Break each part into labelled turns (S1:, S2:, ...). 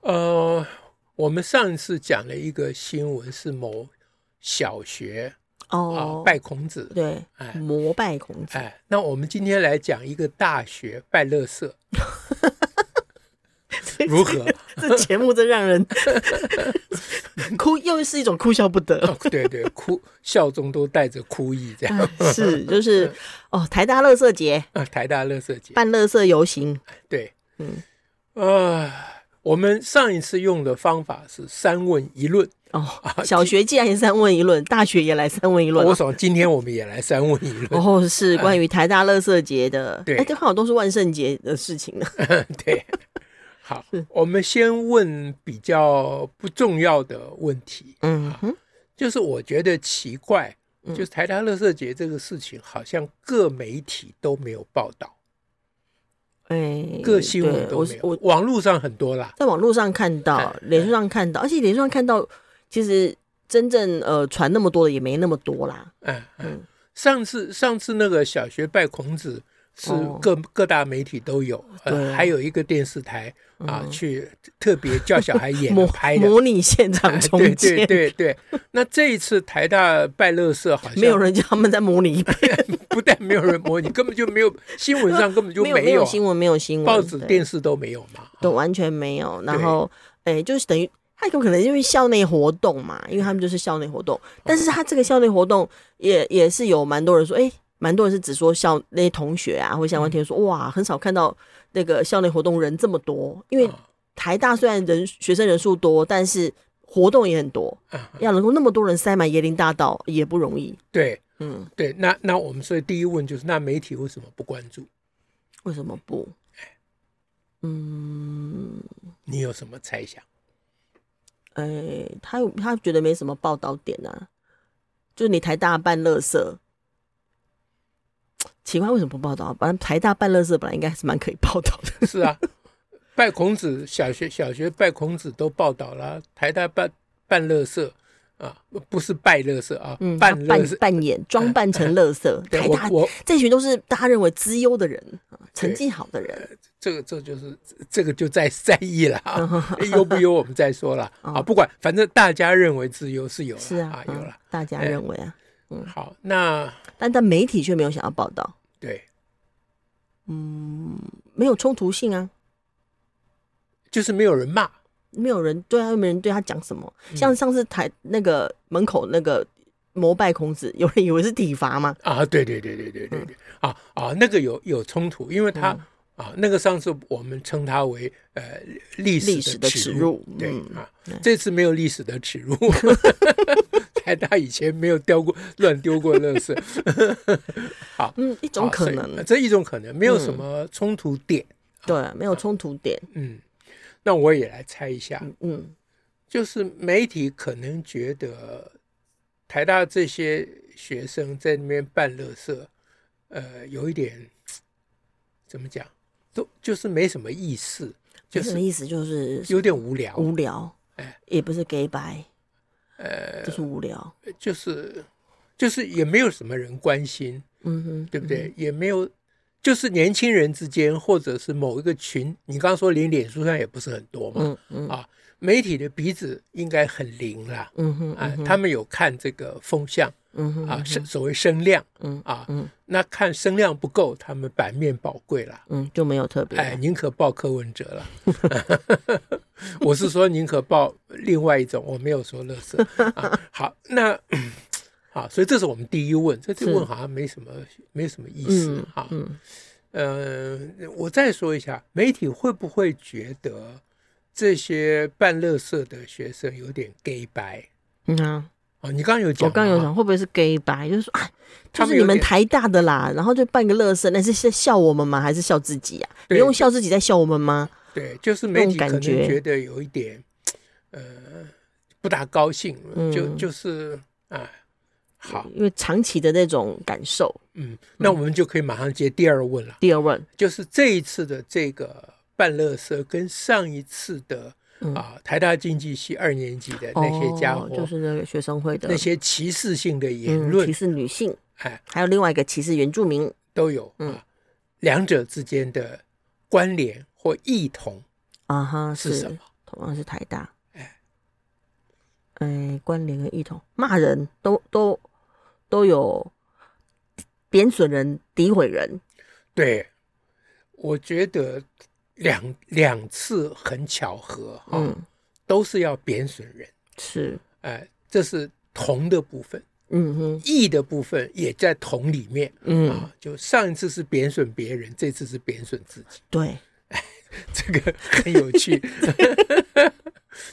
S1: 呃，我们上一次讲了一个新闻，是某小学啊、
S2: 哦，
S1: 拜孔子，
S2: 对，
S1: 哎
S2: 膜拜孔子，
S1: 哎，那我们今天来讲一个大学拜乐色，如何？
S2: 这节目真让 人哭，又是一种哭笑不得。
S1: 哦对对，哭笑中都带着哭意，这样
S2: 哎是，就是哦，台大乐色节
S1: 啊，台大乐色节，
S2: 办乐色游行，
S1: 对，
S2: 嗯，
S1: 呃，我们上一次用的方法是三问一论，
S2: 哦，小学既然也三问一论，大学也来三问一论
S1: 啊
S2: 啊
S1: 哦我。想今天我们也来三问一论，
S2: 哦，是关于台大乐色节的，
S1: 对啊
S2: 哎，这好像都是万圣节的事情啊呢。
S1: 对，好
S2: 是，
S1: 我们先问比较不重要的问题，
S2: 嗯哼，
S1: 就是我觉得奇怪，
S2: 嗯
S1: 就是台大乐色节这个事情，好像各媒体都没有报道，
S2: 哎，
S1: 各新闻
S2: 对
S1: 都
S2: 我
S1: 没有，
S2: 我
S1: 网络上很多啦，
S2: 在网络上看到
S1: 哎，
S2: 脸书上看到，而且脸书上看到，其实真正呃传那么多的也没那么多啦。
S1: 嗯嗯
S2: 嗯，
S1: 上次上次那个小学拜孔子。是
S2: 哦
S1: 各、各大媒体都有，
S2: 对
S1: 呃，
S2: 啊
S1: 还有一个电视台啊，
S2: 嗯
S1: 去特别叫小孩 演
S2: 模
S1: 拍的，啊
S2: 模拟现场重
S1: 对
S2: 建，
S1: 对对对。那这一次台大拜乐色好像
S2: 没有人叫他们在模拟一遍，
S1: 不但没有人模拟，根本就没有新闻上根本就
S2: 没有没
S1: 有
S2: 有
S1: 啊，
S2: 新闻，没有新闻，
S1: 报纸、
S2: 对
S1: 电视都没有嘛。
S2: 都完全没有。然后，哎、就是等于他有可能因为校内活动嘛，因为他们就是校内活动，但是他这个校内活动也也是有蛮多人说，哎、蛮多人是只说校那些同学啊，或相关同学说，哇，很少看到那个校内活动人这么多，因为
S1: 啊
S2: 台大虽然人学生人数多，但是活动也很多，
S1: 啊
S2: 要能够那么多人塞满椰林大道也不容易。
S1: 对
S2: 嗯，
S1: 对，那那我们所以第一问就是，那媒体为什么不关注？
S2: 为什么不？嗯，
S1: 你有什么猜想？
S2: 哎、他有他觉得没什么报道点啊，就是你台大办乐色，奇怪为什么不报道？本来台大办乐色本来应该还是蛮可以报道 的，
S1: 是啊，拜孔子小学小学拜孔子都报道了，台大办办乐色啊，不是拜乐色啊，
S2: 嗯，他
S1: 办乐
S2: 扮
S1: 色。
S2: 扮 演装扮成乐色，
S1: 对
S2: 台
S1: 我
S2: 大
S1: 我
S2: 这群都是大家认为资优的人，啊成
S1: 对
S2: 绩好的人，
S1: 这个这个就是这个就在在意了、啊，
S2: 嗯
S1: 优不优我们再说了啊，
S2: 哦
S1: 不管，反正大家认为自由是有了
S2: 是啊，
S1: 有
S2: 嗯
S1: 了。
S2: 大家
S1: 哎
S2: 认为啊，
S1: 好，那
S2: 但但媒体却没有想要报道，
S1: 对，
S2: 嗯，没有冲突性啊，
S1: 就是没有人骂，
S2: 没有人对他，啊又没人对他讲什么。
S1: 嗯
S2: 像上次台那个门口那个膜拜孔子，有人以为是体罚吗？
S1: 啊，对对对对对对
S2: 嗯
S1: 对，啊啊，那个有有冲突，因为他、啊，那个上次我们称它为呃历
S2: 历史
S1: 史
S2: 的
S1: 的
S2: 耻
S1: 耻
S2: 辱
S1: 对、
S2: 嗯
S1: 啊
S2: 对，
S1: 这次没有历史的 耻辱，台大以前没有丢过乱丢过垃 圾，
S2: 嗯，一种
S1: 啊
S2: 可
S1: 所以
S2: 能，
S1: 这一种可能没有什
S2: 嗯
S1: 么冲突点，
S2: 对，没有冲突点。
S1: 嗯，那我也来猜一下，
S2: 嗯，
S1: 就是媒体可能觉得台大这些学生在那边办乐色，呃，有一点怎么讲，都就是没什么意思，就
S2: 就是是意思就是
S1: 有点无聊，
S2: 无聊
S1: 哎，
S2: 也不是 gay 白，呃，就是无聊。
S1: 就是就是也没有什么人关心，
S2: 嗯哼，
S1: 对不对？也没有，就是年轻人之间或者是某一个群，你刚刚说连脸书上也不是很多嘛，
S2: 嗯嗯
S1: 啊，媒体的鼻子应该很灵啦，
S2: 嗯哼，
S1: 啊，他们有看这个风向。
S2: 嗯哼，
S1: 啊，声所谓声量，
S2: 嗯
S1: 啊，
S2: 嗯
S1: 那看声量不够，他们版面宝贵了，
S2: 嗯，就没有特别
S1: 哎，
S2: 的。
S1: 宁可报柯文哲了。 我是说宁可报另外一种，我没有说乐色、啊。好，那好，所以这是我们第一问，这这
S2: 是
S1: 问好像没什么没什么意思
S2: 嗯
S1: 啊。
S2: 嗯，
S1: 嗯、我再说一下，媒体会不会觉得这些办乐色的学生有点 gay 白？
S2: 嗯啊，
S1: 哦，你刚刚有讲
S2: 我
S1: 嘛，
S2: 刚有
S1: 啊
S2: 想会不会是 gay 白，就是说啊，就
S1: 他们
S2: 是你
S1: 有
S2: 们
S1: 点
S2: 台大的啦，然后就办个乐色，那是是笑我们吗？还是笑自己啊？你
S1: 对
S2: 用笑自己在笑我们吗？
S1: 对，就是
S2: 那
S1: 媒
S2: 种
S1: 体
S2: 感
S1: 可能
S2: 觉
S1: 觉得有一点呃不大高兴，就
S2: 嗯
S1: 就是啊，好，
S2: 因为长期的那种感受。
S1: 嗯，那我们就可以马上接第二问了，
S2: 第二问，
S1: 就是这一次的这个半乐色跟上一次的
S2: 嗯
S1: 啊台大经济系二年级的那些家伙
S2: 哦、，就是那个学生会的
S1: 那些歧视性的言
S2: 嗯
S1: 论
S2: 歧，视女性，
S1: 哎，
S2: 还有另外一个歧视原住民。
S1: 都有
S2: 嗯
S1: 啊，两者之间的关联或异同
S2: 啊哈，
S1: 是什么？
S2: 同样是台大，
S1: 哎
S2: 哎，哎，关联跟异同，骂人都都都有贬损人、诋毁人，
S1: 对，我觉得两两次很巧合哈、
S2: 嗯，
S1: 都是要贬损人，
S2: 是，
S1: 哎、这是同的部分，
S2: 嗯哼，
S1: 异的部分也在同里面
S2: 嗯，
S1: 啊。就上一次是贬损别人，这次是贬损自己，
S2: 对，
S1: 这个很有趣。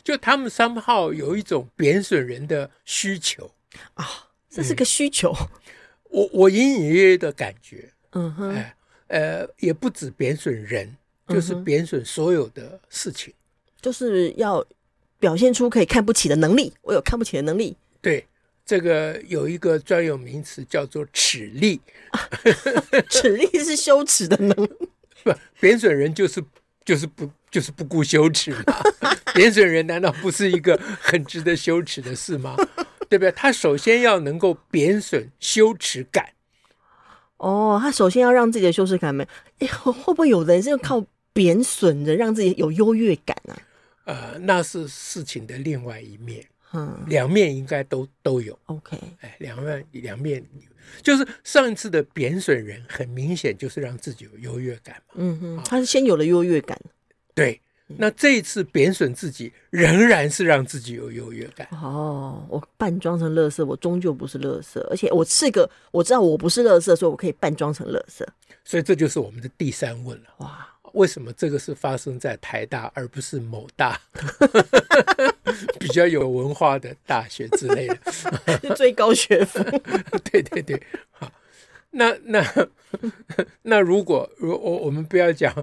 S1: 就他们 somehow 有一种贬损人的需求，
S2: 啊，这是个需求，
S1: 我我隐隐约约的感觉，
S2: 嗯哼，
S1: 哎，呃，也不止贬损人，就是
S2: 嗯哼
S1: 贬损所有的事情。
S2: 就是要表现出可以看不起的能力，我有看不起的能力，
S1: 对，这个有一个专有名词叫做“耻力
S2: 耻力是羞耻的能力，”，
S1: 不，贬损人就是就是不就是不顾羞耻嘛。 贬损人难道不是一个很值得羞耻的事吗？对不对？他首先要能够贬损羞耻感，
S2: 哦，他首先要让自己的羞耻感没，哎，会不会有的人是靠贬损的让自己有优越感啊？
S1: 呃，那是事情的另外一面，
S2: 嗯
S1: 两面应该都都有。
S2: ，OK，
S1: 哎，两面两面，就是上一次的贬损人，很明显就是让自己有优越感嘛。
S2: 嗯哼，他是先有了优越感。
S1: 对，那这一次贬损自己，仍然是让自己有优越感。
S2: 哦，我扮装成乐色，我终究不是乐色，而且我是个我知道我不是乐色，所以我可以扮装成乐色。
S1: 所以这就是我们的第三问了：
S2: 哇，
S1: 为什么这个是发生在台大，而不是某大 比较有文化的大学之类的？
S2: 是最高学府。
S1: 对对对，好，那那 那如果如我我们不要讲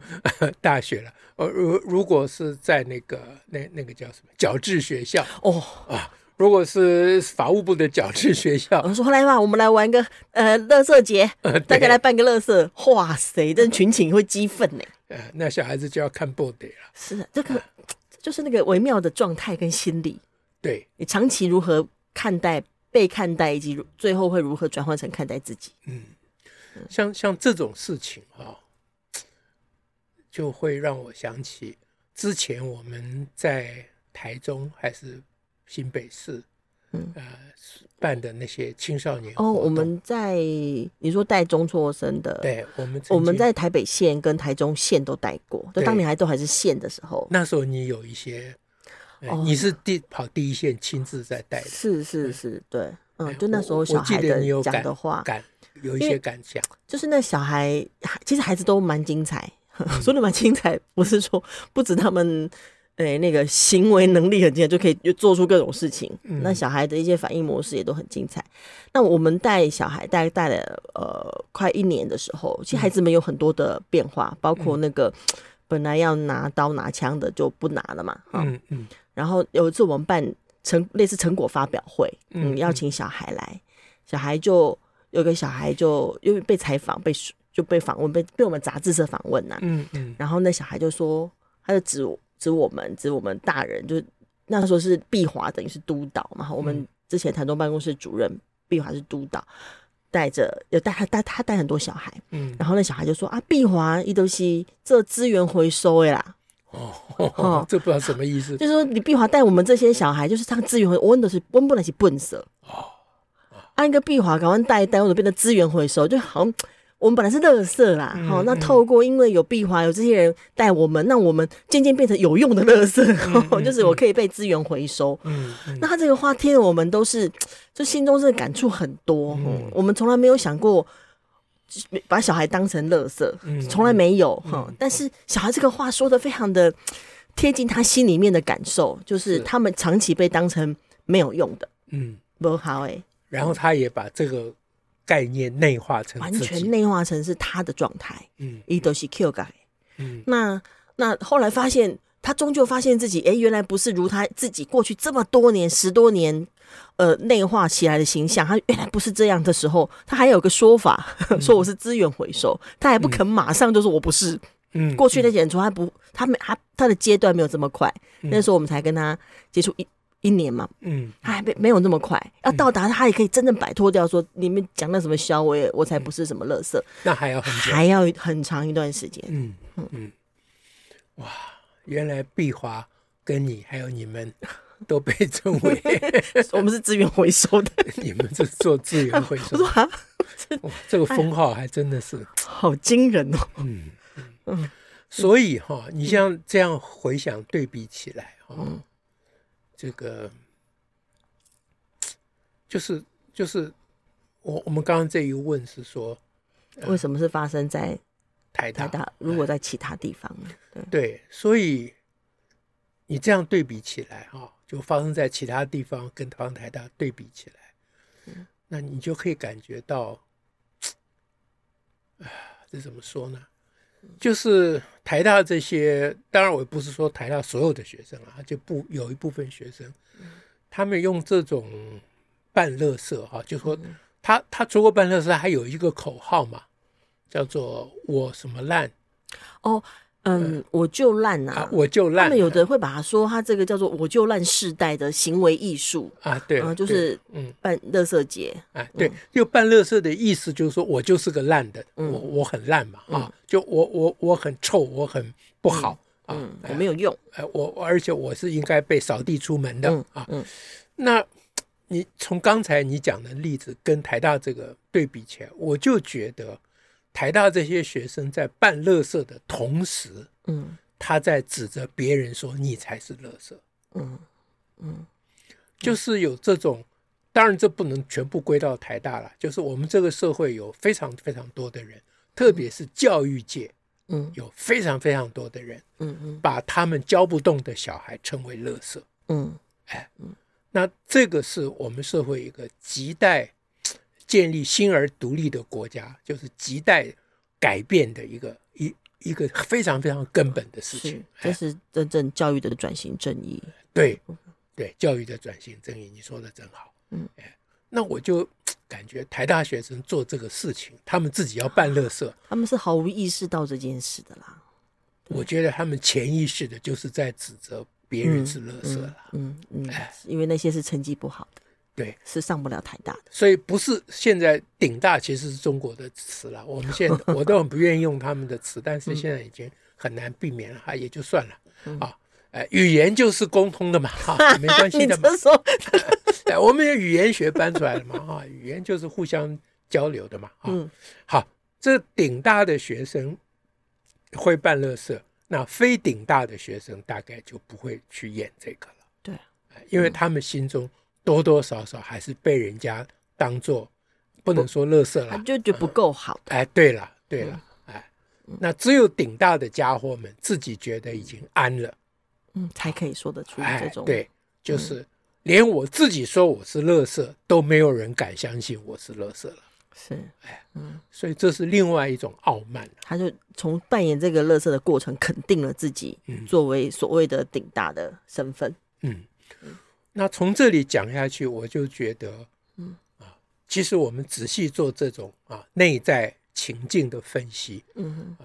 S1: 大学了，呃，如如果是在那个那那个叫什么矫治学校，
S2: 哦，
S1: 如果是法务部的矫治学校，
S2: 我说来吧，我们来玩个呃乐色节，大家来扮个乐色。哇塞，这群情会激愤呢。
S1: 呃，那小孩子就要看 b o d y 了。
S2: 是啊，这个这就是那个微妙的状态跟心理，
S1: 对，
S2: 你长期如何看待被看待，以及如最后会如何转换成看待自己。
S1: 像像这种事情啊，就会让我想起之前我们在台中还是新北市，
S2: 嗯
S1: 呃，办的那些青少年
S2: 哦，
S1: 活动
S2: 我们在你说带中辍生的，
S1: 对我们曾
S2: 我们
S1: 经
S2: 在台北县跟台中县都待过，就
S1: 对
S2: 当年还都还是县的时候，
S1: 那时候你有一些，呃
S2: 哦
S1: 你是第跑第一线亲自在带的，
S2: 是是是，对，
S1: 哎
S2: 嗯，就那时
S1: 我
S2: 候
S1: 我
S2: 小
S1: 记
S2: 孩
S1: 得你有
S2: 的讲
S1: 感
S2: 的话，
S1: 感有一
S2: 因为
S1: 些感想，
S2: 就是那小孩，其实孩子都蛮精彩， 说的蛮精彩，不是说不止他们。诶、那个行为能力很精彩，就可以做出各种事情。
S1: 嗯
S2: 那小孩的一些反应模式也都很精彩。那我们带小孩带带了呃快一年的时候，其实孩子们有很多的变化，包括那个本来要拿刀拿枪的就不拿了嘛，哈、
S1: 嗯嗯
S2: 然后有一次我们办成类似成果发表会，
S1: 嗯
S2: 嗯，邀请小孩来，小孩就有个小孩就因为被采访被就被访问被被我们杂志社访问呐、
S1: 嗯嗯
S2: 然后那小孩就说，他就指我指我们指我们大人，就那时候是碧华等于是督导嘛，我
S1: 嗯
S2: 们之前台中办公室主任碧华是督导，带着有带他带他带很多小孩，
S1: 嗯
S2: 然后那小孩就说啊，碧华一都是这资源回收的啦，
S1: 哦
S2: 哦，
S1: 这不知道什么意思
S2: 就是说李碧华带我们这些小孩，就是他资源回，我们都是我们不能是笨蛇。按个碧华，赶快带一带，我们变得资源回收，就好像我们本来是垃圾啦，
S1: 嗯
S2: 好、那
S1: 嗯
S2: 透过因为有碧华，有这些人带我们，那我们渐渐变成有用的垃圾，
S1: 嗯
S2: 就是我可以被资源回收。
S1: 嗯嗯
S2: 那他这个话听了，我们都是就心中是感触很多，
S1: 嗯
S2: 哦我们从来没有想过把小孩当成垃圾，
S1: 嗯
S2: 从来没有
S1: 嗯
S2: 哈、
S1: 嗯
S2: 但是小孩这个话说的非常的贴近他心里面的感受，就是
S1: 是
S2: 他们长期被当成没有用的，
S1: 嗯，
S2: 不好哎、
S1: 然后他也把这个概念内化成
S2: 完
S1: 自
S2: 全
S1: 己，
S2: 内化成是他的状态，
S1: 嗯
S2: 伊都是 Q 改。
S1: 嗯
S2: 那那后来发现他终究发现自己，哎，原来不是如他自己过去这么多年、十多年，呃，内化起来的形象，他原来不是这样的时候，他还有个说法， 说我是资源回收，他还不肯马上就说我不是。
S1: 嗯，
S2: 过去
S1: 的
S2: 的演出，他不，他没，他他的阶段没有这么快，那时候我们才跟他接触一一年嘛，
S1: 嗯
S2: 他还没没有那么快，要到达他也可以真正摆脱掉说你们讲那什么消，我也我
S1: 嗯
S2: 才不是什么垃圾，
S1: 那还要很久。
S2: 还要很长一段时间。
S1: 嗯嗯，哇，原来碧华跟你还有你们都被称为
S2: 我们是资源回收的，
S1: 你们是做资源回
S2: 我
S1: 收
S2: 说，哎嗯啊，
S1: 哇这个封号还真的是。
S2: 好惊人哦！
S1: 嗯，嗯，所以哈、你像这样回想对比起来哈、
S2: 嗯
S1: 这个就是就是我我们刚刚这一问是说
S2: 为什么是发生在
S1: 台大
S2: 台大？如果在其他地方呢？对，
S1: 对，所以你这样对比起来哈、就发生在其他地方跟台湾台大对比起来，
S2: 嗯
S1: 那你就可以感觉到，啊，这怎么说呢？
S2: 嗯
S1: 就是台大这些，当然我也不是说台大所有的学生啊，就不有一部分学生，
S2: 嗯
S1: 他们用这种半乐色哈，就说
S2: 嗯
S1: 他他除过半乐色，还有一个口号嘛，叫做我什么烂
S2: 哦，嗯，我就烂
S1: 啊
S2: 啊，。
S1: 我就烂啊。
S2: 他们有的人会把它说，他这个叫做“我就烂”世代的行为艺术，
S1: 啊，对
S2: 啊
S1: 了，
S2: 就
S1: 对
S2: 是嗯
S1: 了嗯，
S2: 办乐色节，
S1: 哎，对，就半乐色的意思就是说我就是个烂的，
S2: 嗯
S1: 我我很烂嘛，啊，就我我我很臭，我很不好啊，
S2: 嗯，我没有用，
S1: 哎，我我而且我是应该被扫地出门的
S2: 嗯
S1: 啊
S2: 嗯。
S1: 那你从刚才你讲的例子跟台大这个对比起来，我就觉得台大这些学生在半乐色的同时，
S2: 嗯
S1: 他在指责别人说你才是乐色。
S2: 嗯，
S1: 就是有这种，当然这不能全部归到台大了，就是我们这个社会有非常非常多的人，特别是教育界
S2: 嗯
S1: 有非常非常多的人，
S2: 嗯嗯
S1: 把他们教不动的小孩称为垃圾。
S2: 嗯
S1: 那这个是我们社会一个亟待建立新而独立的国家，就是亟待改变的一个一一个非常非常根本的事情哎
S2: 是。，这是真正教育的转型正义。
S1: 对对，教育的转型正义，你说的真好。
S2: 嗯，
S1: 哎，那我就感觉台大学生做这个事情，他们自己要办乐色，
S2: 他们是毫无意识到这件事的啦。嗯
S1: 我觉得他们潜意识的就是在指责别人是乐色了。
S2: 嗯嗯，因为那些是成绩不好的，
S1: 对，
S2: 是上不了台大的。
S1: 所以不是现在顶大其实是中国的词了，我们 现在我都很不愿意用他们的词，但是现在已经很难避免了，啊，也就算了、
S2: 嗯
S1: 啊。哎，语言就是沟通的嘛，哈、 没关系
S2: 你
S1: 的嘛。哦
S2: 这时候，
S1: 哎，我们有语言学搬出来了嘛，哈、语言就是互相交流的嘛，啊、
S2: 嗯
S1: 好，这顶大的学生会办乐色，那非顶大的学生大概就不会去演这个了，
S2: 对，
S1: 哎因为他们心中多多少少还是被人家当做不能说乐色
S2: 他
S1: 啦，
S2: 就觉得不够好。
S1: 哎，对了，对了，
S2: 嗯
S1: 哎，那只有顶大的家伙们自己觉得已经安了，
S2: 嗯，才可以说得出这
S1: 哎
S2: 种，
S1: 对，就是连我自己说我是乐色都没有人敢相信我是乐色了，
S2: 是，
S1: 所以这是另外一种傲慢。
S2: 他就从扮演这个乐色的过程，肯定了自己作为所谓的顶大的身份。
S1: 嗯，那从这里讲下去，我就觉得，嗯啊，其实我们仔细做这种啊内在情境的分析，
S2: 嗯，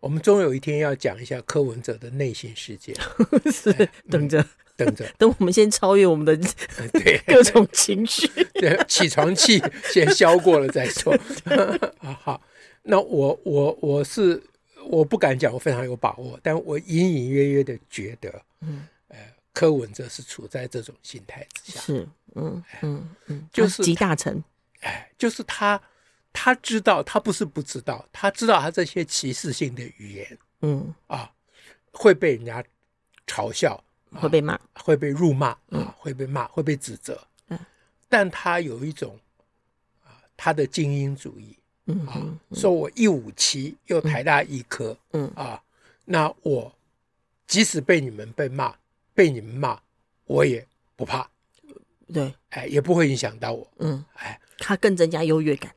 S1: 我们终有一天要讲一下柯文哲的内心世界。
S2: 是等着
S1: 等着，嗯
S2: 等我们先超越我们的
S1: 对，
S2: 各种情绪。
S1: 对起床气先消过了再说。 啊，好，那我我我是我不敢讲我非常有把握，但我隐隐约约的觉得，
S2: 嗯，
S1: 呃，柯文哲是处在这种心态之下。
S2: 是，嗯嗯嗯，
S1: 就是
S2: 集大成。
S1: 哎，就是他，他知道，他不是不知道，他知道他这些歧视性的语言
S2: 嗯，
S1: 啊，会被人家嘲笑，啊
S2: 会被骂。
S1: 会被辱骂啊，会被骂，会被指责。
S2: 嗯，
S1: 但他有一种啊，他的精英主义
S2: 嗯
S1: 啊
S2: 嗯，
S1: 说我一五七又台大医科，
S2: 嗯
S1: 啊，那我即使被你们被骂，被你们骂，我也不怕，
S2: 对，
S1: 哎，也不会影响到我，
S2: 嗯，
S1: 哎，
S2: 他更增加优越感。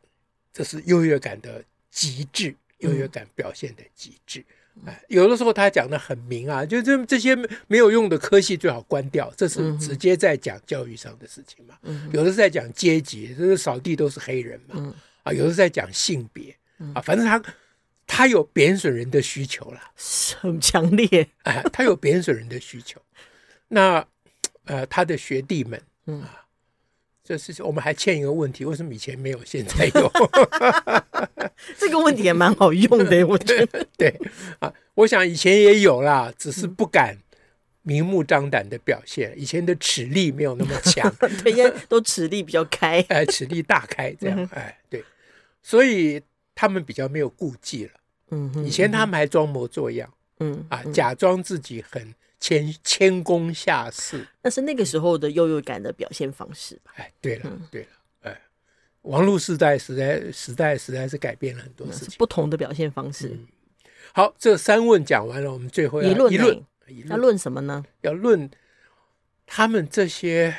S1: 这是优越感的极致，优越感表现的极致。哎，有的时候他讲的很明啊，就这这些没有用的科系最好关掉，这是直接在讲教育上的事情嘛。有的是在讲阶级，就是扫地都是黑人嘛，啊，有的是在讲性别啊，反正他他有贬损人的需求啦，
S2: 很强烈，
S1: 哎，他有贬损人的需求。那呃，他的学弟们
S2: 嗯
S1: 啊，这是我们还欠一个问题，为什么以前没有，现在有？
S2: 这个问题也蛮好用的，我觉得。
S1: 对啊，我想以前也有啦，只是
S2: 嗯
S1: 不敢明目张胆的表现，以前的齿力没有那么 强，
S2: 对，现在都齿力比较开，
S1: 哎、齿力大开这样
S2: 嗯，
S1: 哎，对，所以他们比较没有顾忌了。
S2: 嗯哼，
S1: 以前他们还装模作样
S2: 嗯
S1: 啊，假装自己很谦谦恭下士。
S2: 那是那个时候的优越感的表现方式吧？
S1: 哎，对了，
S2: 嗯
S1: 对了，哎，网络时代时代时代实在是改变了很多事
S2: 是
S1: 情。
S2: 不同的表现方式。
S1: 好，这三问讲完了，我们最后要
S2: 理论
S1: 啊议
S2: 呢
S1: 论，议
S2: 那
S1: 论
S2: 论什么呢？
S1: 要论他们这些，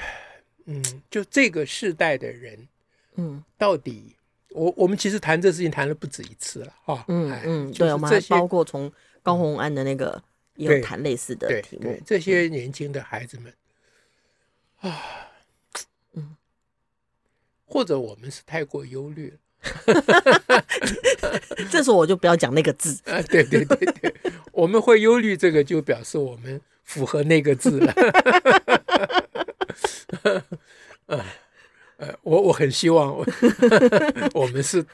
S1: 嗯，就这个世代的人
S2: 嗯
S1: 到底，我我们其实谈这事情谈了不止一次了哈。
S2: 嗯
S1: 哎
S2: 嗯，
S1: 就
S2: 对，
S1: 是
S2: 我们
S1: 这
S2: 还
S1: 些
S2: 包括从高洪安的那个也
S1: 对
S2: 有谈类似的
S1: 对
S2: 题
S1: 对
S2: 目，
S1: 这些年轻的孩子们啊，
S2: 嗯，
S1: 或者我们是太过忧虑了。
S2: 这时候我就不要讲那个字。
S1: 啊，对对对对，我们会忧虑这个，就表示我们符合那个字了。 啊呃，我我很希望我 我们是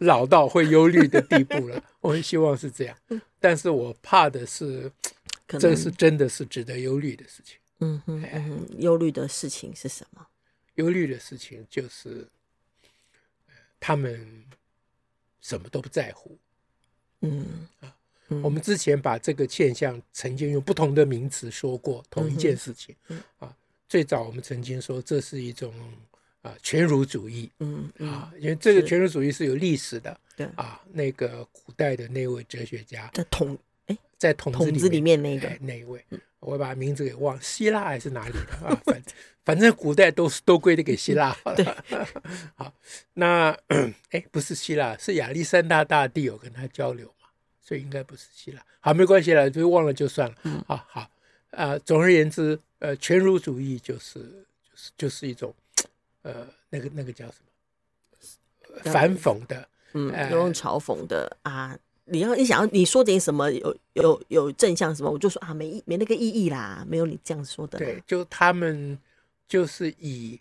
S1: 老到会忧虑的地步了，我很希望是这样，但是我怕的是，
S2: 可
S1: 这
S2: 能
S1: 是真的是值得忧虑的事情。
S2: 嗯哼嗯哼，忧虑的事情是什么？
S1: 忧虑的事情就是，呃他们什么都不在乎，
S2: 嗯嗯
S1: 我们之前把这个现象曾经用不同的名词说过同一件事情、
S2: 嗯
S1: 啊。最早我们曾经说这是一种啊全儒主义
S2: 嗯嗯，
S1: 啊，因为这个
S2: 是
S1: 全儒主义是有历史的，
S2: 对
S1: 啊，那个古代的那位哲学家
S2: 在统
S1: 在统
S2: 统
S1: 治
S2: 治里面那个
S1: 哎 那一位，我把名字给忘，希腊还是哪里的啊？ 反反正古代都是都归的给希腊好
S2: 对
S1: 了。 好，那哎，不是希腊，是亚历山大大帝有跟他交流嘛，所以应该不是希腊。好，没关系了，就忘了就算了。
S2: 嗯
S1: 啊，好，啊，总而言之，呃，全儒主义就是就是就是一种，呃，那个那个叫什么？
S2: 叫
S1: 反讽的，
S2: 嗯
S1: 哎，
S2: 有用嘲讽的啊。你要你想要你说点什么有有有正向什么，我就说啊没意没那个意义啦，没有你这样说的啦。
S1: 对，就他们就是以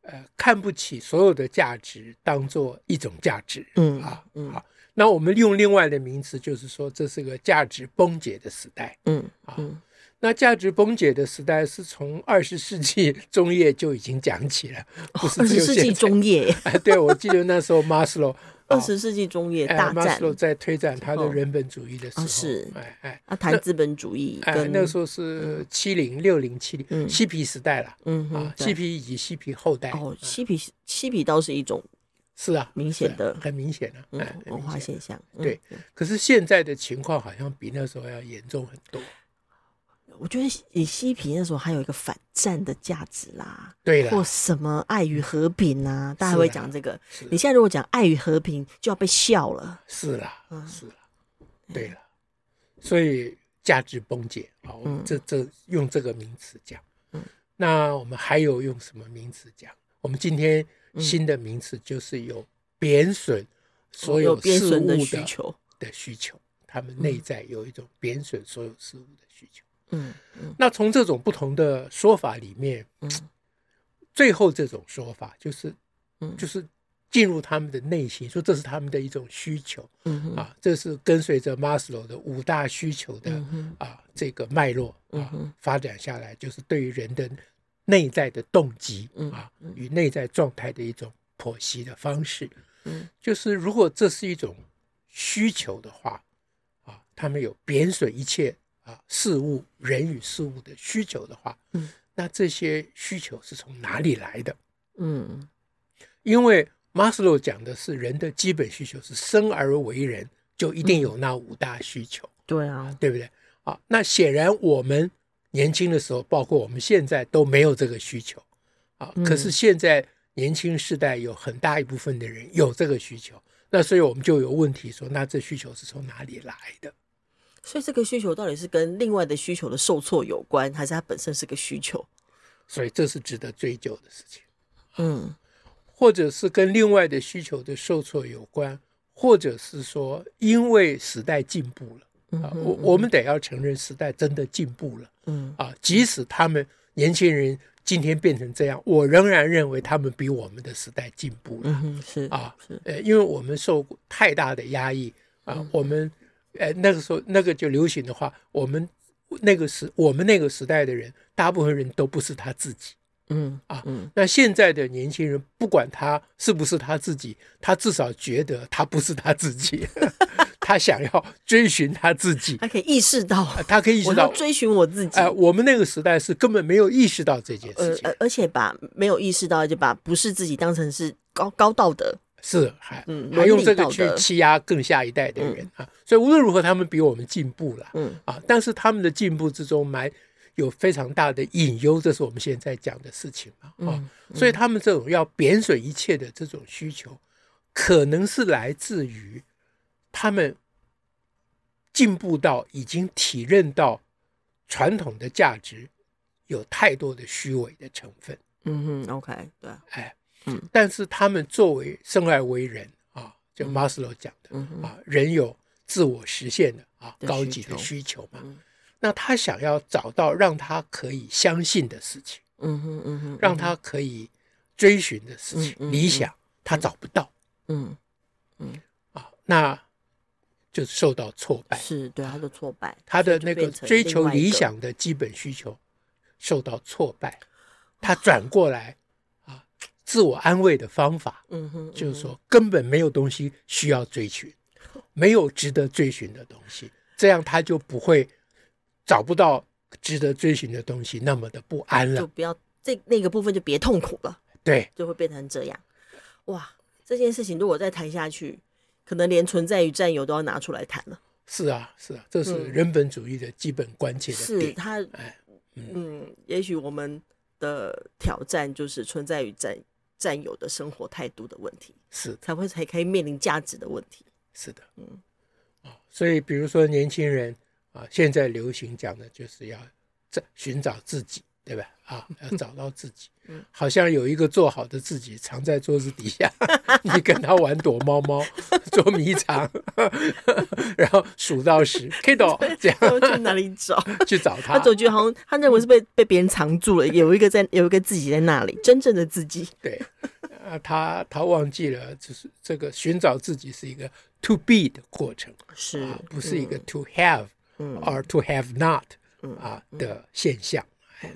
S1: 呃看不起所有的价值当做一种价值，
S2: 嗯
S1: 啊
S2: 嗯
S1: 啊。那我们用另外的名词，就是说这是个价值崩解的时代。
S2: 嗯
S1: 啊
S2: 嗯
S1: 那价值崩解的时代是从二十世纪中叶就已经讲起 了，不是
S2: 二
S1: 只
S2: 十
S1: 有
S2: 世纪
S1: 现在。
S2: 中 叶，
S1: 哎对，我记得那时候马斯洛，
S2: 二十世纪中叶
S1: 哎
S2: 大
S1: 马
S2: 战
S1: 斯洛在推展他的
S2: 哦
S1: 人本主义的时候，
S2: 啊是
S1: 哎哎
S2: 啊，谈资本主义
S1: 哎，
S2: 跟
S1: 那个时候是七零六零七零
S2: 嗯
S1: 嬉皮时代了。
S2: 嗯哼
S1: 啊，，嬉
S2: 对
S1: 皮以哎及嬉皮后代，
S2: 哦，嬉皮嬉皮倒是一种
S1: 是啊，
S2: 明显的
S1: 是啊很明显的，
S2: 嗯
S1: 哎，很
S2: 文
S1: 明
S2: 化
S1: 显。
S2: 现象。嗯
S1: 对，可是现在的情况好像比那时候要严重很多。
S2: 我觉得以嬉皮那时候还有一个反战的价值啦，
S1: 对
S2: 或
S1: 了，
S2: 什么爱与和平啊，大家
S1: 是
S2: 会
S1: 啦
S2: 讲这个。
S1: 是啊
S2: 你现在如果讲爱与和平，就要被笑了。
S1: 是啦，
S2: 嗯
S1: 是啦，对了，所以价值崩解啊，我们
S2: 嗯
S1: 这这用这个名词讲
S2: 嗯。
S1: 那我们还有用什么名词讲？我们今天
S2: 嗯
S1: 新的名词就是有贬损所
S2: 哦有
S1: 有
S2: 贬
S1: 事
S2: 损
S1: 物
S2: 的
S1: 的
S2: 需求。
S1: 的需求，他们内在有一种贬损所有事物的需求。
S2: 嗯嗯
S1: 那从这种不同的说法里面，
S2: 嗯
S1: 最后这种说法就是
S2: 嗯
S1: 就是进入他们的内心，说这是他们的一种需求
S2: 嗯哼
S1: 啊，这是跟随着马斯洛的五大需求的
S2: 嗯哼
S1: 啊这个脉络
S2: 嗯
S1: 啊
S2: 哼
S1: 发展下来，就是对于人的内在的动机
S2: 嗯
S1: 啊
S2: 嗯
S1: 与内在状态的一种剖析的方式。
S2: 嗯
S1: 就是如果这是一种需求的话，啊，他们有贬损一切啊事物、人与事物的需求的话，
S2: 嗯，
S1: 那这些需求是从哪里来的？
S2: 嗯
S1: 因为马斯洛讲的是人的基本需求是生而为人，就一定有那五大需求，
S2: 对啊，
S1: 对不对？啊，那显然我们年轻的时候，包括我们现在都没有这个需求，啊，
S2: 嗯
S1: 可是现在年轻世代有很大一部分的人有这个需求，那所以我们就有问题说，那这需求是从哪里来的？
S2: 所以这个需求到底是跟另外的需求的受挫有关，还是它本身是个需求？
S1: 所以这是值得追究的事情，
S2: 嗯
S1: 或者是跟另外的需求的受挫有关，或者是说因为时代进步了。
S2: 嗯
S1: 啊，
S2: 哼
S1: 我我们得要承认时代真的进步了
S2: 嗯
S1: 啊！即使他们年轻人今天变成这样，我仍然认为他们比我们的时代进步了
S2: 嗯哼是
S1: 啊
S2: 是！嗯
S1: 呃，因为我们受过太大的压抑啊，我们呃那个时候那个就流行的话，我们那个时我们那个时代的人，大部分人都不是他自己。
S2: 嗯
S1: 啊
S2: 嗯
S1: 那现在的年轻人，不管他是不是他自己，他至少觉得他不是他 自己，他想要追寻他自己，
S2: 他可以意识到，
S1: 啊他可以意识
S2: 我要
S1: 到，
S2: 追寻我自己。
S1: 哎、我们那个时代是根本没有意识到这件
S2: 呃
S1: 事情，
S2: 而而且把没有意识到，就把不是自己当成是高高道德。
S1: 是还、
S2: 嗯
S1: 还用这个
S2: 伦理
S1: 去
S2: 道德
S1: 欺压更下一代的人、啊，所以无论如何，他们比我们进步了，
S2: 嗯
S1: 啊，但是他们的进步之中埋有非常大的隐忧，这是我们现在讲的事情嘛，啊，
S2: 嗯
S1: 所以他们这种要贬损一切的这种需求，可能是来自于他们进步到已经体认到传统的价值有太多的虚伪的成分，
S2: 嗯哼，OK，对啊，
S1: 哎，
S2: 嗯，
S1: 但是他们作为生而为人啊，就马斯洛讲的、
S2: 嗯哼，
S1: 啊，人有自我实现的啊
S2: 的
S1: 高
S2: 需
S1: 级的
S2: 求
S1: 需求嘛，
S2: 嗯
S1: 那他想要找到让他可以相信的事情。
S2: 嗯哼，嗯哼，
S1: 让他可以追寻的事情、
S2: 嗯嗯
S1: 理想，他找不到
S2: 嗯
S1: 啊，那就受到挫败，
S2: 是对啊他的挫败，
S1: 他的
S2: 所以
S1: 那
S2: 就
S1: 个
S2: 变成
S1: 追求
S2: 另外一
S1: 理
S2: 个，
S1: 想的基本需求受到挫败，他转过来啊，自我安慰的方法
S2: 嗯哼，嗯
S1: 就是
S2: 哼
S1: 说根本没有东西需要追 寻，没有值得追寻的东西，这样他就不会找不到值得追寻的东西那么的不安
S2: 就
S1: 了，
S2: 不要这那个部分就别痛苦了，
S1: 对。
S2: 就会变成这样。哇，这件事情如果再谈下去，可能连存在与占有都要拿出来谈了。
S1: 是啊，是啊，这是
S2: 嗯
S1: 人本主义的基本关切的
S2: 是
S1: 点。
S2: 他，
S1: 哎，
S2: 嗯，也许我们的挑战就是存在与占占有的生活态度的问题，
S1: 是的，
S2: 才会才可以面临价值的问题。
S1: 是的，
S2: 嗯
S1: 啊，所以比如说年轻人啊，现在流行讲的就是要在寻找自己，对吧？啊，要找到自己
S2: 嗯，
S1: 好像有一个做好的自己藏在桌子底下， 你跟他玩躲猫猫、捉迷藏， 然后数到十 k i d o 这样
S2: 我去哪里 找？
S1: 去找
S2: 他
S1: 他。
S2: 总觉得好像他认为是被
S1: 嗯
S2: 被别人藏住了，有一个在有一个自己在那里，真正的自己。
S1: 对，啊，他他忘记了，就是这个寻找自己是一个 to be 的过程。
S2: 是
S1: 啊，不是一个 to have
S2: 嗯
S1: or to have not
S2: 嗯
S1: 啊的现象。哎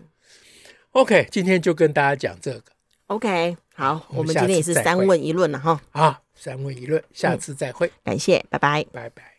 S1: OK，今天就跟大家讲这个
S2: OK，好，
S1: 我们
S2: 我们
S1: 下
S2: 今天也
S1: 次
S2: 是
S1: 再
S2: 三
S1: 会
S2: 问一论了哈，
S1: 啊，三问一论，下次再会，
S2: 感谢，拜拜。
S1: 拜拜。